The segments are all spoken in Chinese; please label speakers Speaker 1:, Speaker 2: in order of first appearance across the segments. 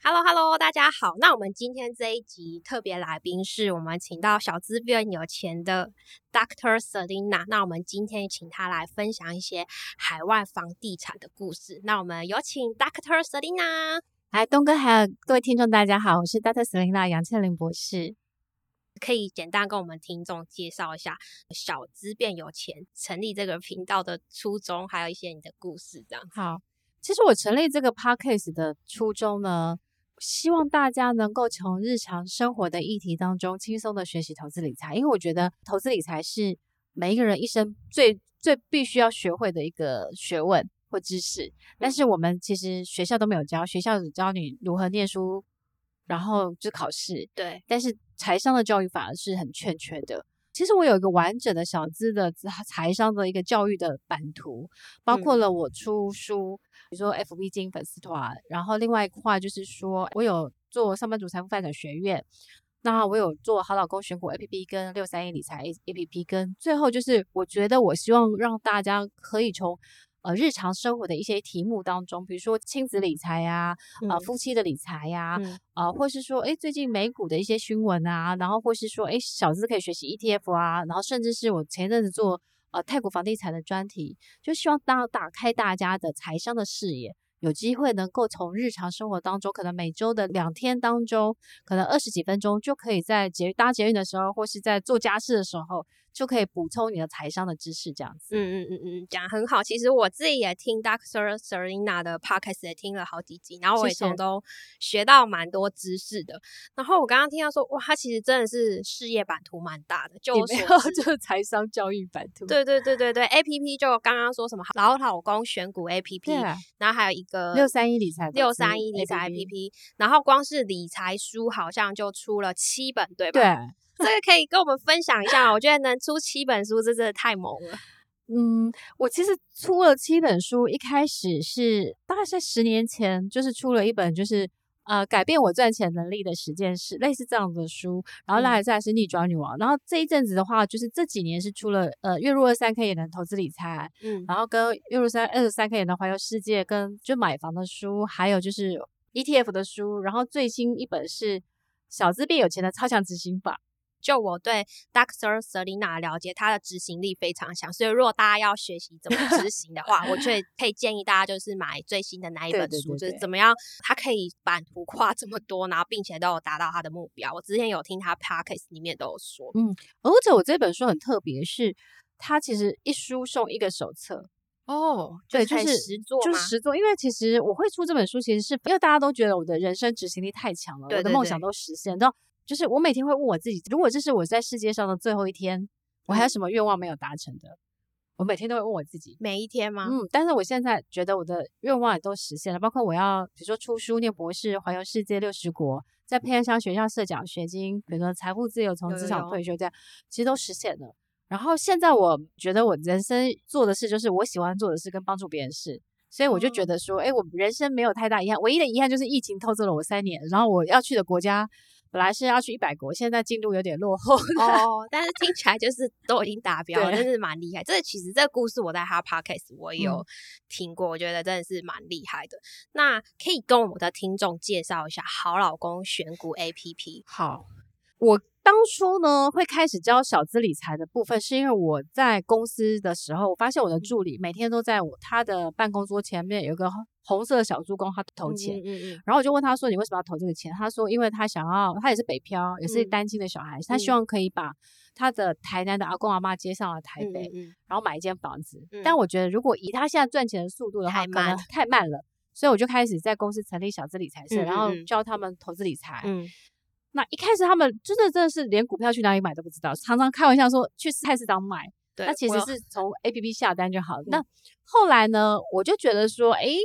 Speaker 1: Hello Hello，大家好。那我们今天这一集特别来宾是我们请到小资变有钱的 Doctor Selina。那我们今天请她来分享一些海外房地产的故事。那我们有请 Doctor Selina。
Speaker 2: 哎，东哥，还有各位听众，大家好，我是 Dr. Selina 杨倩玲博士。
Speaker 1: 可以简单跟我们听众介绍一下“小资变有钱”成立这个频道的初衷，还有一些你的故事，这样。
Speaker 2: 好，其实我成立这个 podcast 的初衷呢，希望大家能够从日常生活的议题当中轻松的学习投资理财，因为我觉得投资理财是每一个人一生最最必须要学会的一个学问或知识。但是我们其实学校都没有教，学校只教你如何念书，然后就考试，
Speaker 1: 对，
Speaker 2: 但是财商的教育反而是很欠缺的。其实我有一个完整的小资的资财商的一个教育的版图，包括了我出书，比如说 FB 经营粉丝团，然后另外一块就是说我有做上班族财富发展学院，那我有做好老公选股 APP 跟六三一理财 APP，跟最后就是我觉得我希望让大家可以从呃日常生活的一些题目当中，比如说亲子理财呀、啊、
Speaker 1: 嗯
Speaker 2: 夫妻的理财呀、
Speaker 1: 嗯
Speaker 2: 啊、或是说，哎，最近美股的一些新闻啊，然后或是说，哎，小资可以学习 ETF 啊，然后甚至是我前一阵子做呃泰国房地产的专题，就希望大打开大家的财商的视野，有机会能够从日常生活当中，可能每周的两天当中，可能二十几分钟就可以在捷搭捷运的时候，或是在做家事的时候，就可以补充你的财商的知识，这样子。
Speaker 1: 嗯嗯嗯嗯，讲得很好。其实我自己也听 Doctor Serena 的 podcast 也听了好几集，然后我也
Speaker 2: 谢谢
Speaker 1: 从中学到蛮多知识的。然后我刚刚听到说，哇，他其实真的是事业版图蛮大的，就
Speaker 2: 你
Speaker 1: 我所
Speaker 2: 没有
Speaker 1: 知
Speaker 2: 这个财商教育版图，
Speaker 1: 对对对对对，A P P 就刚刚说什么老老公选股 A P P，
Speaker 2: 对啊，
Speaker 1: 然后还有一个
Speaker 2: 六三一理财
Speaker 1: 六三一理财 A P
Speaker 2: APP
Speaker 1: P，然后光是理财书好像就出了七本，对吧？
Speaker 2: 对。啊
Speaker 1: 这个可以跟我们分享一下吗，我觉得能出七本书，这真的太猛了。
Speaker 2: 嗯，我其实出了七本书，一开始是大概在十年前，就是出了一本，就是呃，改变我赚钱能力的十件事，类似这样的书。然后
Speaker 1: 嗯
Speaker 2: 来再是逆转女王，然后这一阵子的话，就是这几年是出了呃，月入二三 K 也能投资理财，
Speaker 1: 嗯
Speaker 2: 然后跟月入三二十三 K 也能环游世界，跟就买房的书，还有就是 ETF 的书，然后最新一本是小资变有钱的超强执行法。
Speaker 1: 就我对 Dr. Selina 的了解，她的执行力非常强，所以如果大家要学习怎么 执行的话，我却可以建议大家就是买最新的那一
Speaker 2: 对
Speaker 1: 本
Speaker 2: 对
Speaker 1: 书，
Speaker 2: 对
Speaker 1: 就是
Speaker 2: 对
Speaker 1: 怎么样，她可以版图跨这么多，然后并且都有达到她的目标。我之前有听她 podcast 里面都有说，
Speaker 2: 而且我这本书很特别，是它其实一书送一个手册。哦，对，就
Speaker 1: 很
Speaker 2: 是
Speaker 1: 实作
Speaker 2: 就
Speaker 1: 吗
Speaker 2: 是实作，因为其实我会出这本书，其实是因为大家都觉得我的人生执行力太强了，
Speaker 1: 对
Speaker 2: 我的
Speaker 1: 对
Speaker 2: 梦想
Speaker 1: 对
Speaker 2: 都实现到，就是我每天会问我自己，如果这是我在世界上的最后一天，我还有
Speaker 1: 嗯
Speaker 2: 什么愿望没有达成的？我每天都会问我自己。
Speaker 1: 每一天吗？
Speaker 2: 嗯，但是我现在觉得我的愿望也都实现了，包括我要比如说出书、念博士、环游世界六十国，在偏乡学校社奖学金，比如说财富自由、从
Speaker 1: 有
Speaker 2: 职
Speaker 1: 有
Speaker 2: 场
Speaker 1: 有
Speaker 2: 退休这样，其实都实现了。然后现在我觉得我人生做的事就是我喜欢做的事跟帮助别人的事，所以我就觉
Speaker 1: 哦
Speaker 2: 得说，哎、我人生没有太大遗憾，唯一的遗憾就是疫情偷走了我三年，然后我要去的国家本来是要去一百国，现在进度有点落后，
Speaker 1: 哦，但是听起来就是都已经达标了，
Speaker 2: 对
Speaker 1: 真是蛮厉害。这其实这个故事我在他 podcast 我也
Speaker 2: 嗯
Speaker 1: 有听过，我觉得真的是蛮厉害的。那可以跟我们的听众介绍一下好老公选股 APP。
Speaker 2: 好，我当初呢会开始教小资理财的部分，是因为我在公司的时候，我发现
Speaker 1: 嗯
Speaker 2: 我的助理每天都在我他的办公桌前面有一个红红色的小猪公，他投钱。
Speaker 1: 嗯嗯嗯
Speaker 2: 然后我就问他说：“你为什么要投这个钱？”他说：“因为他想要，他也是北漂，也是
Speaker 1: 嗯
Speaker 2: 单亲的小孩，他希
Speaker 1: 嗯
Speaker 2: 望可以把他的台南的阿公阿妈接上来台
Speaker 1: 嗯
Speaker 2: 北，
Speaker 1: 嗯
Speaker 2: 然后买一间房子。
Speaker 1: 嗯
Speaker 2: 但我觉得，如果以他现在赚钱的速度的
Speaker 1: 太
Speaker 2: 话，可
Speaker 1: 慢
Speaker 2: 能
Speaker 1: 了
Speaker 2: 太慢了。所以我就开始在公司成立小资理财社，
Speaker 1: 嗯
Speaker 2: 然
Speaker 1: 嗯
Speaker 2: 后
Speaker 1: 嗯
Speaker 2: 教他们投资理财。
Speaker 1: 嗯
Speaker 2: 那一开始他们真的真的是连股票去哪里买都不知道，常常开玩笑说去菜市场买，
Speaker 1: 对，
Speaker 2: 那其
Speaker 1: 我
Speaker 2: 实
Speaker 1: 有嗯
Speaker 2: 是从 A P P 下单就好了。那后来呢，我就觉得说，诶，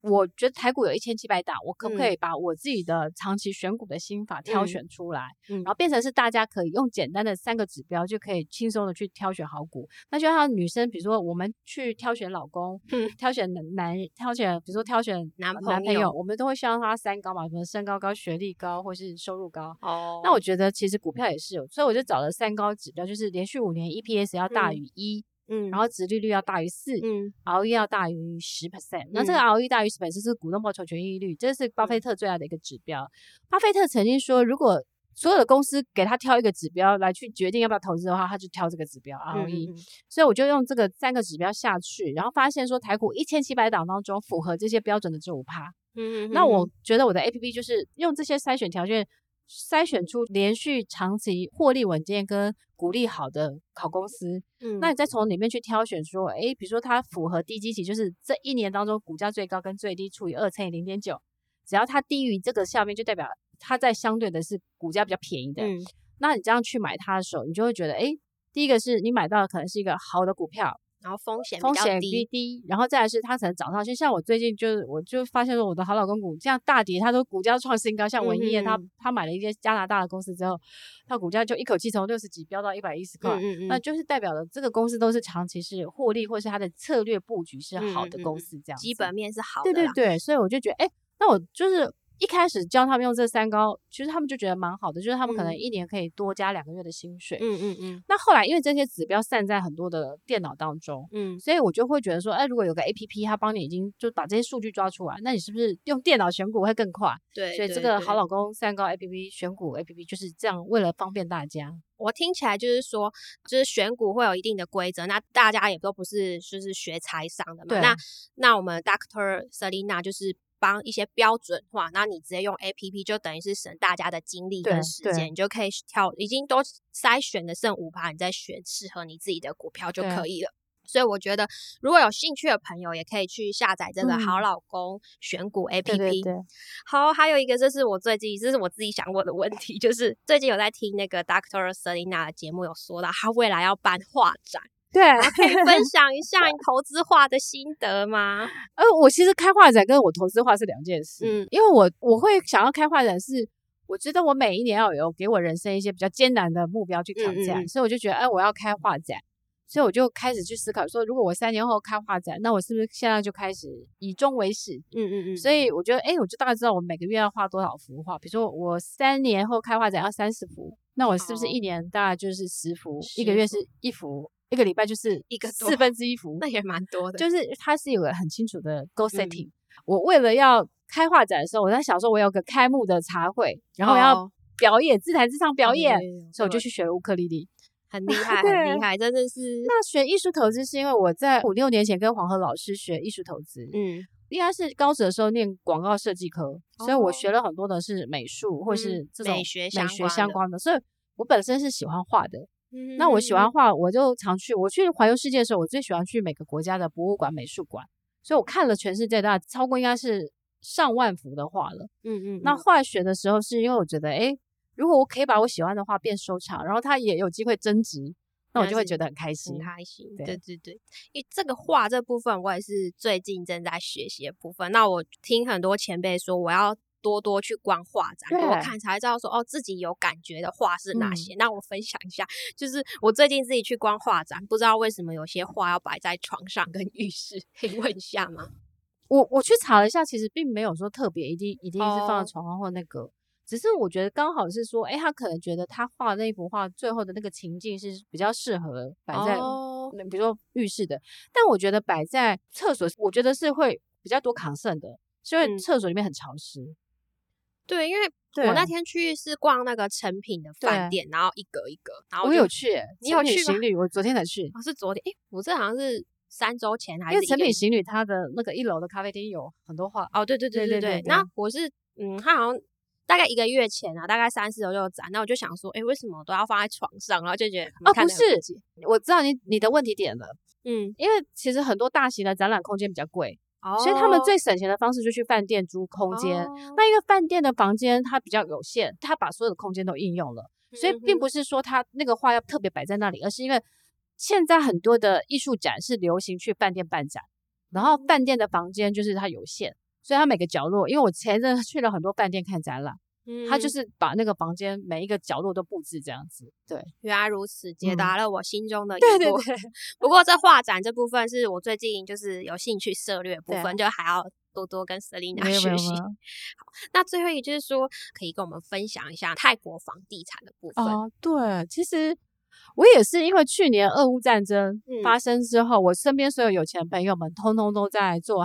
Speaker 2: 我觉得台股有一千七百档，我可不可
Speaker 1: 嗯
Speaker 2: 以把我自己的长期选股的心法挑
Speaker 1: 嗯
Speaker 2: 选出来，
Speaker 1: 嗯
Speaker 2: 然后变成是大家可以用简单的三个指标就可以轻松的去挑选好股。那就像女生，比如说我们去挑选老公，
Speaker 1: 嗯
Speaker 2: 挑选男男，挑选比如说挑选
Speaker 1: 男
Speaker 2: 呃
Speaker 1: 朋
Speaker 2: 男朋
Speaker 1: 友
Speaker 2: 友，我们都会希望他三高嘛，什么身高高、学历高或是收入高。
Speaker 1: 哦，
Speaker 2: 那我觉得其实股票也是有，所以我就找了三高指标，就是连续五年 EPS E 要大
Speaker 1: 嗯
Speaker 2: 于一、
Speaker 1: 嗯，
Speaker 2: 然后值利率要大于四、
Speaker 1: 嗯
Speaker 2: ROE 要大于十 percent。那这个
Speaker 1: 嗯
Speaker 2: ROE 大于十 percent 是股东报酬权益率，这是巴菲特最爱的一个指标。巴菲特曾经说，如果所有的公司给他挑一个指标来去决定要不要投资的话，他就挑这个指标
Speaker 1: 嗯嗯
Speaker 2: ROE。
Speaker 1: 嗯
Speaker 2: 所以我就用这个三个指标下去，然后发现说台股一千七百档当中符合这些标准的只有五趴。
Speaker 1: 嗯，
Speaker 2: 那我
Speaker 1: 嗯
Speaker 2: 觉得我的 A P P 就是用这些筛选条件筛选出连续长期获利稳健跟鼓励好的好公司，
Speaker 1: 嗯
Speaker 2: 那你再从里面去挑选说，诶，比如说它符合低基期，就是这一年当中股价最高跟最低除以二乘以零点九，只要它低于这个下面，就代表它在相对的是股价比较便宜的。
Speaker 1: 嗯
Speaker 2: 那你这样去买它的时候，你就会觉得，诶，第一个是你买到的可能是一个好的股票，
Speaker 1: 然后风险比
Speaker 2: 风
Speaker 1: 较
Speaker 2: 险
Speaker 1: 低
Speaker 2: 低低，然后再来是它可能涨上去。像我最近就是，我就发现说我的好老公股这样大跌，它都股价创新高。像文艺业，他
Speaker 1: 嗯哼
Speaker 2: 他买了一些加拿大的公司之后，它股价就一口气从六十几飙到一百一十块。
Speaker 1: 嗯嗯
Speaker 2: 那
Speaker 1: 嗯，
Speaker 2: 就是代表了这个公司都是长期是获利，或是它的策略布局是好
Speaker 1: 嗯嗯
Speaker 2: 的
Speaker 1: 嗯
Speaker 2: 公
Speaker 1: 嗯
Speaker 2: 司，这样
Speaker 1: 基
Speaker 2: 子
Speaker 1: 本面是好的
Speaker 2: 对
Speaker 1: 啦，
Speaker 2: 对对，所以我就觉得，哎、那我就是一开始教他们用这三高，其实他们就觉得蛮好的，就是他们可能
Speaker 1: 嗯
Speaker 2: 一年可以多加两个月的薪水。
Speaker 1: 嗯嗯嗯
Speaker 2: 那后来因为这些指标散在很多的电脑当中，
Speaker 1: 嗯
Speaker 2: 所以我就会觉得说，哎、如果有个 A P P，它帮你已经就把这些数据抓出来，那你是不是用电脑选股会更快？
Speaker 1: 对，
Speaker 2: 所以这
Speaker 1: 对
Speaker 2: 个
Speaker 1: 对
Speaker 2: 好老公三高 A P P 选股 A P P 就是这样，为了方便大家。
Speaker 1: 我听起来就是说，就是选股会有一定的规则，那大家也都不是就是学财商的嘛。
Speaker 2: 对
Speaker 1: 那那我们 Doctor Selina 就是帮一些标准化，那你直接用 A P P 就等于是省大家的精力跟
Speaker 2: 对
Speaker 1: 时
Speaker 2: 对
Speaker 1: 间，你就可以挑已经都筛选的剩五盘，你再选适合你自己的股票就
Speaker 2: 对
Speaker 1: 可以了。所以我觉得，如果有兴趣的朋友，也可以去下载这个
Speaker 2: 嗯
Speaker 1: 好老公选股 A P
Speaker 2: 对
Speaker 1: P。
Speaker 2: 对对，
Speaker 1: 好，还有一个，这是我最近，这是我自己想问的问题，就是最近有在听那个 Doctor Selina 的节目，有说到她未来要办画展，
Speaker 2: 对，啊
Speaker 1: 可以分享一下你投资画的心得吗？
Speaker 2: 呃，我其实开画展跟我投资画 是两件事，
Speaker 1: 嗯
Speaker 2: 因为我我会想要开画展是。我觉得我每一年要有给我人生一些比较艰难的目标去挑战，
Speaker 1: 嗯嗯嗯
Speaker 2: 所以我就觉得，哎、我要开画展，所以我就开始去思考说，如果我三年后开画展，那我是不是现在就开始以终为始，
Speaker 1: 嗯嗯嗯，
Speaker 2: 所以我觉得，哎、我就大概知道我每个月要画多少幅画。比如说我三年后开画展要三十幅，那我是不是
Speaker 1: 好
Speaker 2: 一年大概就是十幅，一
Speaker 1: 10
Speaker 2: 个月
Speaker 1: 哦幅
Speaker 2: 是一幅，一个礼拜就是
Speaker 1: 一个多
Speaker 2: 四分之一幅
Speaker 1: 那，也蛮多的，嗯
Speaker 2: 就是它是有个很清楚的 goal setting、我为了要开画展的时候，我在想说，我有个开幕的茶会，然后我要
Speaker 1: 哦
Speaker 2: 表演自弹自唱表演，所以我就
Speaker 1: 对
Speaker 2: 去学了乌克丽丽。
Speaker 1: 很厉害，很
Speaker 2: 对
Speaker 1: 厉害，真的是，
Speaker 2: 那学艺术投资是因为我在五六年前跟黄河老师学艺术投资，
Speaker 1: 嗯
Speaker 2: 应该是高职的时候念广告设计科，所以我
Speaker 1: 哦
Speaker 2: 学了很多的是美术或是
Speaker 1: 嗯
Speaker 2: 这
Speaker 1: 美
Speaker 2: 种
Speaker 1: 学
Speaker 2: 美
Speaker 1: 相
Speaker 2: 学
Speaker 1: 关
Speaker 2: 相
Speaker 1: 的
Speaker 2: 关的，所以我本身是喜欢画的。
Speaker 1: 嗯，
Speaker 2: 那我喜欢
Speaker 1: 嗯，
Speaker 2: 画，我就常去。我去环游世界的时候，我最喜欢去每个国家的博物馆、美术馆，所以我看了全世界大概超过应该是上万幅的画了。
Speaker 1: 嗯嗯，
Speaker 2: 那
Speaker 1: 嗯
Speaker 2: 化学的时候，是因为我觉得，诶，如果我可以把我喜欢的画变收藏，然后它也有机会增值，那我
Speaker 1: 那
Speaker 2: 就会
Speaker 1: 是
Speaker 2: 觉得很开心
Speaker 1: 很。开心。
Speaker 2: 对
Speaker 1: 对对对，因为这个画这部分我也是最近正在学习的部分。那我听很多前辈说，我要多多去逛画展，多
Speaker 2: 对
Speaker 1: 看才知道说哦自己有感觉的画是哪
Speaker 2: 嗯
Speaker 1: 些。那我分享一下，就是我最近自己去逛画展，不知道为什么有些画要摆在床上跟浴室，可以问一下吗？
Speaker 2: 我我去查了一下，其实并没有说特别一定一定是放
Speaker 1: 哦
Speaker 2: 在床上或那个，只是我觉得刚好是说，诶，他可能觉得他画那幅画最后的那个情境是比较适合摆在
Speaker 1: 哦，
Speaker 2: 那比如说浴室的，但我觉得摆在厕所，我觉得是会比较多抗渗的，是因
Speaker 1: 嗯
Speaker 2: 为厕所里面很潮湿。
Speaker 1: 对，因为。我
Speaker 2: 对
Speaker 1: 那天去是逛那个成品的饭
Speaker 2: 对
Speaker 1: 店，然后一格一格，然后
Speaker 2: 我
Speaker 1: 就
Speaker 2: 有，去欸，
Speaker 1: 你有
Speaker 2: 成品
Speaker 1: 去吗
Speaker 2: 行旅，我昨天才去，
Speaker 1: 哦是昨天，诶，我这好像是三周前还是
Speaker 2: 因为
Speaker 1: 一
Speaker 2: 成
Speaker 1: 个
Speaker 2: 品
Speaker 1: 礼
Speaker 2: 行旅它的那个一楼的咖啡厅有很多画，
Speaker 1: 哦，对对对对
Speaker 2: 对对
Speaker 1: 对
Speaker 2: 对，
Speaker 1: 那
Speaker 2: 对
Speaker 1: 我是嗯，他好像大概一个月前啊，大概三四周就有展，那我就想说，哎，为什么都要放在床上？然后就觉得
Speaker 2: 哦
Speaker 1: 看
Speaker 2: 不
Speaker 1: 得很
Speaker 2: 是
Speaker 1: 解
Speaker 2: 我知道你你的问题点了，
Speaker 1: 嗯，
Speaker 2: 因为其实很多大型的展览空间比较贵，
Speaker 1: 哦，
Speaker 2: 所以他们最省钱的方式就去饭店租空间。
Speaker 1: 哦
Speaker 2: 那一个饭店的房间它比较有限，它把所有的空间都应用了。所以并
Speaker 1: 嗯哼
Speaker 2: 不是说他那个画要特别摆在那里，而是因为现在很多的艺术展是流行去饭店办展，然后饭店的
Speaker 1: 嗯
Speaker 2: 房间就是它有限，所以它每个角落，因为我前一阵子去了很多饭店看展览，它就
Speaker 1: 嗯
Speaker 2: 是把那个房间每一个角落都布置这样子。对，
Speaker 1: 原来如此，解
Speaker 2: 嗯
Speaker 1: 答了我心中的疑惑。
Speaker 2: 对对对
Speaker 1: 不过这画展这部分是我最近就是有兴趣涉略的部
Speaker 2: 对
Speaker 1: 分，就还要多多跟 Selina
Speaker 2: 没有没
Speaker 1: 学
Speaker 2: 有
Speaker 1: 习
Speaker 2: 没有。
Speaker 1: 那最后一个就是说，可以跟我们分享一下泰国房地产的部分。
Speaker 2: 哦哦，对，其实我也是因为去年俄乌战争
Speaker 1: 嗯
Speaker 2: 发生之后，我身边所有有钱朋友们，通通都在做，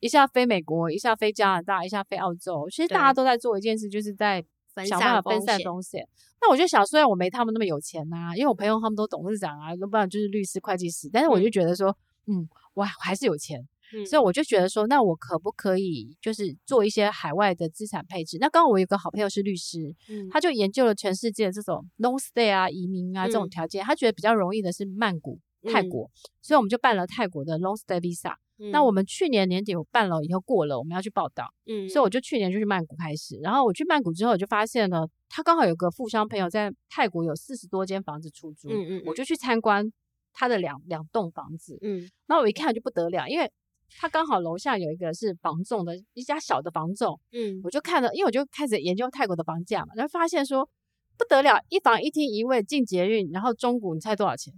Speaker 2: 一下飞美国，一下飞加拿大，一下飞澳洲。其实大家
Speaker 1: 对
Speaker 2: 都在做一件事，就是在
Speaker 1: 分
Speaker 2: 想
Speaker 1: 散
Speaker 2: 办法分
Speaker 1: 风
Speaker 2: 散
Speaker 1: 险
Speaker 2: 风险。那我就想，虽然我没他们那么有钱呐、因为我朋友他们都董事长啊，要不然就是律师、会计师，但是我就觉得说，嗯，我还是有钱。
Speaker 1: 嗯
Speaker 2: 所以我就觉得说，那我可不可以就是做一些海外的资产配置？那刚好我有个好朋友是律师，
Speaker 1: 嗯
Speaker 2: 他就研究了全世界这种 long stay 啊、移民啊这种
Speaker 1: 嗯
Speaker 2: 条件，他觉得比较容易的是曼谷、泰
Speaker 1: 嗯
Speaker 2: 国，所以我们就办了泰国的 long stay visa。那我们去年年底我办了以后过了，我们要去报道，
Speaker 1: 嗯，
Speaker 2: 所以我就去年就去曼谷开始。然后我去曼谷之后，我就发现呢，他刚好有个富商朋友在泰国有四十多间房子出租，
Speaker 1: 嗯嗯
Speaker 2: 我就去参观他的两两栋房子，
Speaker 1: 嗯
Speaker 2: 然后我一看就不得了，因为他刚好楼下有一个是房仲的一家小的房仲，
Speaker 1: 嗯
Speaker 2: 我就看了，因为我就开始研究泰国的房价嘛，然后发现说不得了，一房一厅一卫进捷运，然后中古你猜多少钱？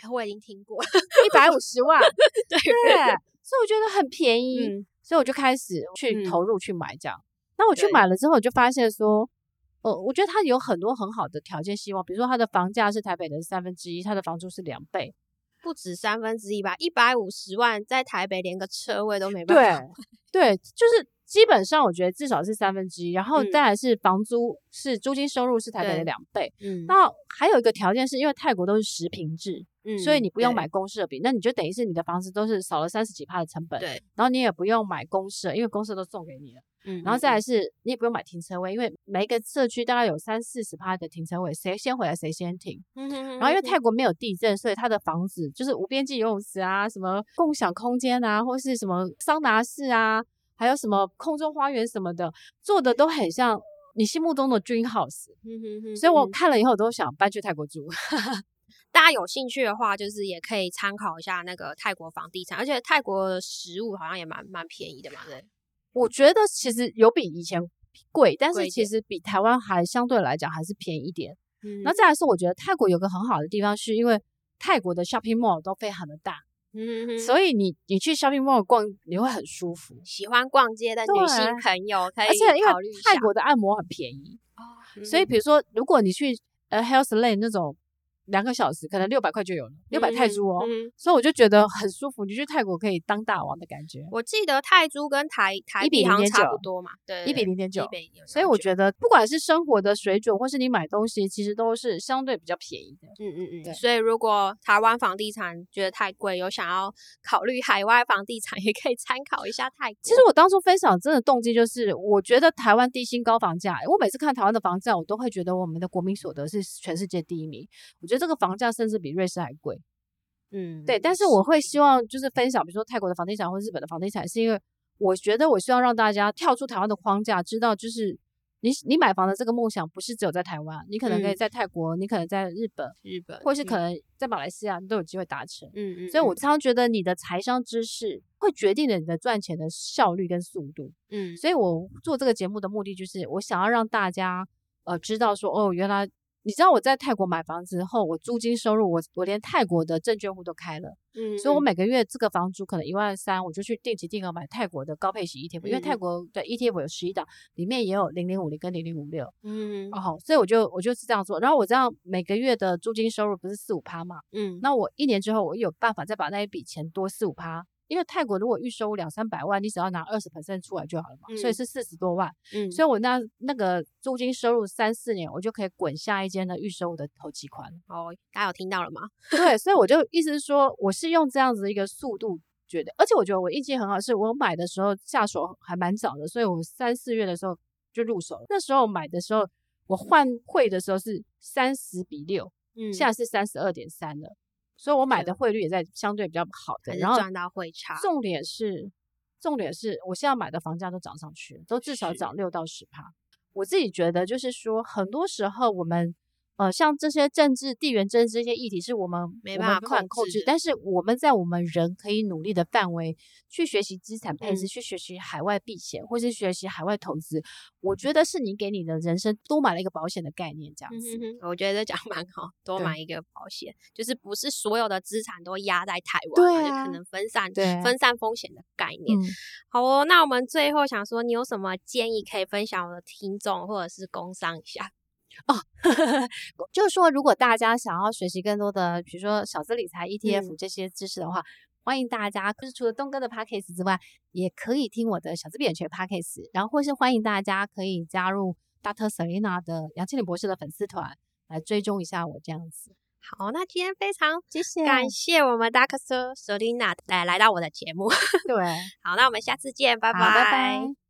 Speaker 1: 可我已经听过，
Speaker 2: 一百五十万，
Speaker 1: 对
Speaker 2: 对，所以我觉得很便宜，
Speaker 1: 嗯
Speaker 2: 所以我就开始去
Speaker 1: 嗯
Speaker 2: 投入去买这样。那我去
Speaker 1: 对
Speaker 2: 买了之后，我就发现说。哦，我觉得它有很多很好的条件希望，比如说它的房价是台北的三分之一，它的房租是两倍，
Speaker 1: 不止三分之一吧，一百五十万在台北连个车位都没办
Speaker 2: 对
Speaker 1: 法。
Speaker 2: 对，就是基本上我觉得至少是三分之一，然后
Speaker 1: 嗯
Speaker 2: 再来是房租、是租金收入是台北的
Speaker 1: 对
Speaker 2: 两倍。
Speaker 1: 嗯
Speaker 2: 那还有一个条件是因为泰国都是实平制，
Speaker 1: 嗯
Speaker 2: 所以你不用
Speaker 1: 对
Speaker 2: 买公社比，那你就等于是你的房子都是少了三十几帕的成本，
Speaker 1: 对，
Speaker 2: 然后你也不用买公社，因为公社都送给你了，
Speaker 1: 嗯
Speaker 2: 然后再
Speaker 1: 嗯
Speaker 2: 来是你也不用买停车位，因为每一个社区大概有三四十帕的停车位，谁先回来谁先停。
Speaker 1: 嗯哼哼
Speaker 2: 然后因为
Speaker 1: 哼
Speaker 2: 泰国没有地震，所以它的房子就是无边际游泳池啊，什么共享空间啊，或是什么桑拿室啊，还有什么空中花园什么的，做的都很像你心目中的 dream house。
Speaker 1: 哼哼哼
Speaker 2: 所以我
Speaker 1: 嗯
Speaker 2: 看了以后，我都想搬去泰国住。
Speaker 1: 大家有兴趣的话，就是也可以参考一下那个泰国房地产，而且泰国的食物好像也蛮蛮便宜的嘛，对，
Speaker 2: 我觉得其实有比以前贵，但
Speaker 1: 贵
Speaker 2: 是
Speaker 1: 一
Speaker 2: 其
Speaker 1: 点
Speaker 2: 实比台湾还相对来讲还是便宜一点。
Speaker 1: 嗯
Speaker 2: 然后再来是，我觉得泰国有个很好的地方，是因为泰国的 shopping mall 都非常的大，
Speaker 1: 嗯以
Speaker 2: 所以你你去 shopping mall 逛，你会很舒服。
Speaker 1: 喜欢逛街的女性
Speaker 2: 对
Speaker 1: 朋友可以
Speaker 2: 而且因为
Speaker 1: 考虑一下
Speaker 2: 泰国的按摩很便宜，
Speaker 1: 哦
Speaker 2: 所以，
Speaker 1: 嗯
Speaker 2: 比如说，如果你去呃 Health Lane 那种两个小时，可能六百块就有了，六百泰铢哦。
Speaker 1: 嗯
Speaker 2: 所以我就觉得很舒服，你去泰国可以当大王的感觉。
Speaker 1: 我记得泰铢跟台台币
Speaker 2: 1比
Speaker 1: 好像
Speaker 2: 0.9
Speaker 1: 差不多嘛，对，
Speaker 2: 1比0.9
Speaker 1: 一比零，
Speaker 2: 所以我觉得，不管是生活的水准，或是你买东西，其实都是相对比较便宜的。
Speaker 1: 嗯嗯
Speaker 2: 对
Speaker 1: 嗯，所以如果台湾房地产觉得太贵，有想要考虑海外房地产， 也可以参考一下泰国。
Speaker 2: 其实我当初分享真的动机就是，我觉得台湾低薪高房价，我每次看台湾的房价，我都会觉得我们的国民所得是全世界第一名。我觉得这个房价甚至比瑞士还贵。
Speaker 1: 嗯，
Speaker 2: 对，但是我会希望就是分享，比如说泰国的房地产或日本的房地产，是因为我觉得我希望让大家跳出台湾的框架，知道就是你你买房的这个梦想不是只有在台湾，你可能可以
Speaker 1: 嗯
Speaker 2: 在泰国，你可能在日本，
Speaker 1: 日本，
Speaker 2: 或是可
Speaker 1: 嗯
Speaker 2: 能在马来西亚，你都有机会达成。
Speaker 1: 嗯嗯，
Speaker 2: 所以我
Speaker 1: 嗯
Speaker 2: 常常觉得你的财商知识会决定了你的赚钱的效率跟速度。
Speaker 1: 嗯
Speaker 2: 所以我做这个节目的目的就是，我想要让大家呃知道说，哦，原来你知道我在泰国买房子后，我租金收入，我我连泰国的证券户都开了。
Speaker 1: 嗯，
Speaker 2: 所以我
Speaker 1: 嗯
Speaker 2: 每个月这个房租可能一万三，我就去定期定额买泰国的高配型 ETF，、因为
Speaker 1: 嗯
Speaker 2: 泰
Speaker 1: 嗯
Speaker 2: 国的 ETF 有十一档，里面也有零零五零跟零零五六
Speaker 1: 嗯
Speaker 2: 哦，所以我就我就是这样做，然后我这样每个月的租金收入不是四五趴嘛，
Speaker 1: 嗯
Speaker 2: 那我一年之后我有办法再把那一笔钱多四五趴，因为泰国如果预收两三百万，你只要拿二十 percent 出来就好了嘛，所以
Speaker 1: 嗯
Speaker 2: 是四十多万，
Speaker 1: 嗯，
Speaker 2: 所以我那那个租金收入三四年，我就可以滚下一间的预收我的投期款了。
Speaker 1: 哦，大家有听到了吗？
Speaker 2: 对，所以我就意思是说，我是用这样子的一个速度觉得，而且我觉得我运气很好，是我买的时候下手还蛮早的，所以我三四月的时候就入手了。那时候买的时候，我换汇的时候是三十比六、
Speaker 1: 嗯
Speaker 2: 现在是三十二点三了，所以我买
Speaker 1: 对
Speaker 2: 的
Speaker 1: 啊
Speaker 2: 汇率也在相对比较好的。
Speaker 1: 还是
Speaker 2: 然后
Speaker 1: 赚到汇差，嗯
Speaker 2: 重点是，重点是我现在买的房价都涨上去了，都至少
Speaker 1: 是
Speaker 2: 涨六到十趴。我自己觉得就是说，很多时候我们呃，像这些政治、地缘政治这些议题，是我们
Speaker 1: 没
Speaker 2: 我
Speaker 1: 办
Speaker 2: 们
Speaker 1: 法
Speaker 2: 无法
Speaker 1: 控
Speaker 2: 控
Speaker 1: 制
Speaker 2: 制
Speaker 1: 的，
Speaker 2: 但是我们在我们人可以努力的范围去学习资产配置，
Speaker 1: 嗯
Speaker 2: 去学习海外避险，或是学习海外投资，
Speaker 1: 嗯
Speaker 2: 我觉得是你给你的人生多买了一个保险的概念，这样
Speaker 1: 嗯
Speaker 2: 子。
Speaker 1: 哼哼，我觉得讲蛮好，多
Speaker 2: 对
Speaker 1: 买一个保险，就是不是所有的资产都压在台湾
Speaker 2: 对
Speaker 1: 嘛，就
Speaker 2: 啊
Speaker 1: 可能分散
Speaker 2: 对
Speaker 1: 分散风险的概念。
Speaker 2: 嗯，
Speaker 1: 好哦，那我们最后想说，你有什么建议可以分享我的听众或者是工商一下？
Speaker 2: 就是说，如果大家想要学习更多的，比如说小资理财、ETF
Speaker 1: 嗯
Speaker 2: 这些知识的话，欢迎大家就是除了东哥的 Podcast 之外，也可以听我的小资变学 Podcast，然后或是欢迎大家可以加入 Dr. Selina 的杨千里博士的粉丝团来追踪一下我这样子。
Speaker 1: 好，那今天非常
Speaker 2: 谢谢，
Speaker 1: 感谢我们 Dr. Selina 来来到我的节目。
Speaker 2: 对，
Speaker 1: 好，那我们下次见，拜
Speaker 2: 好拜拜。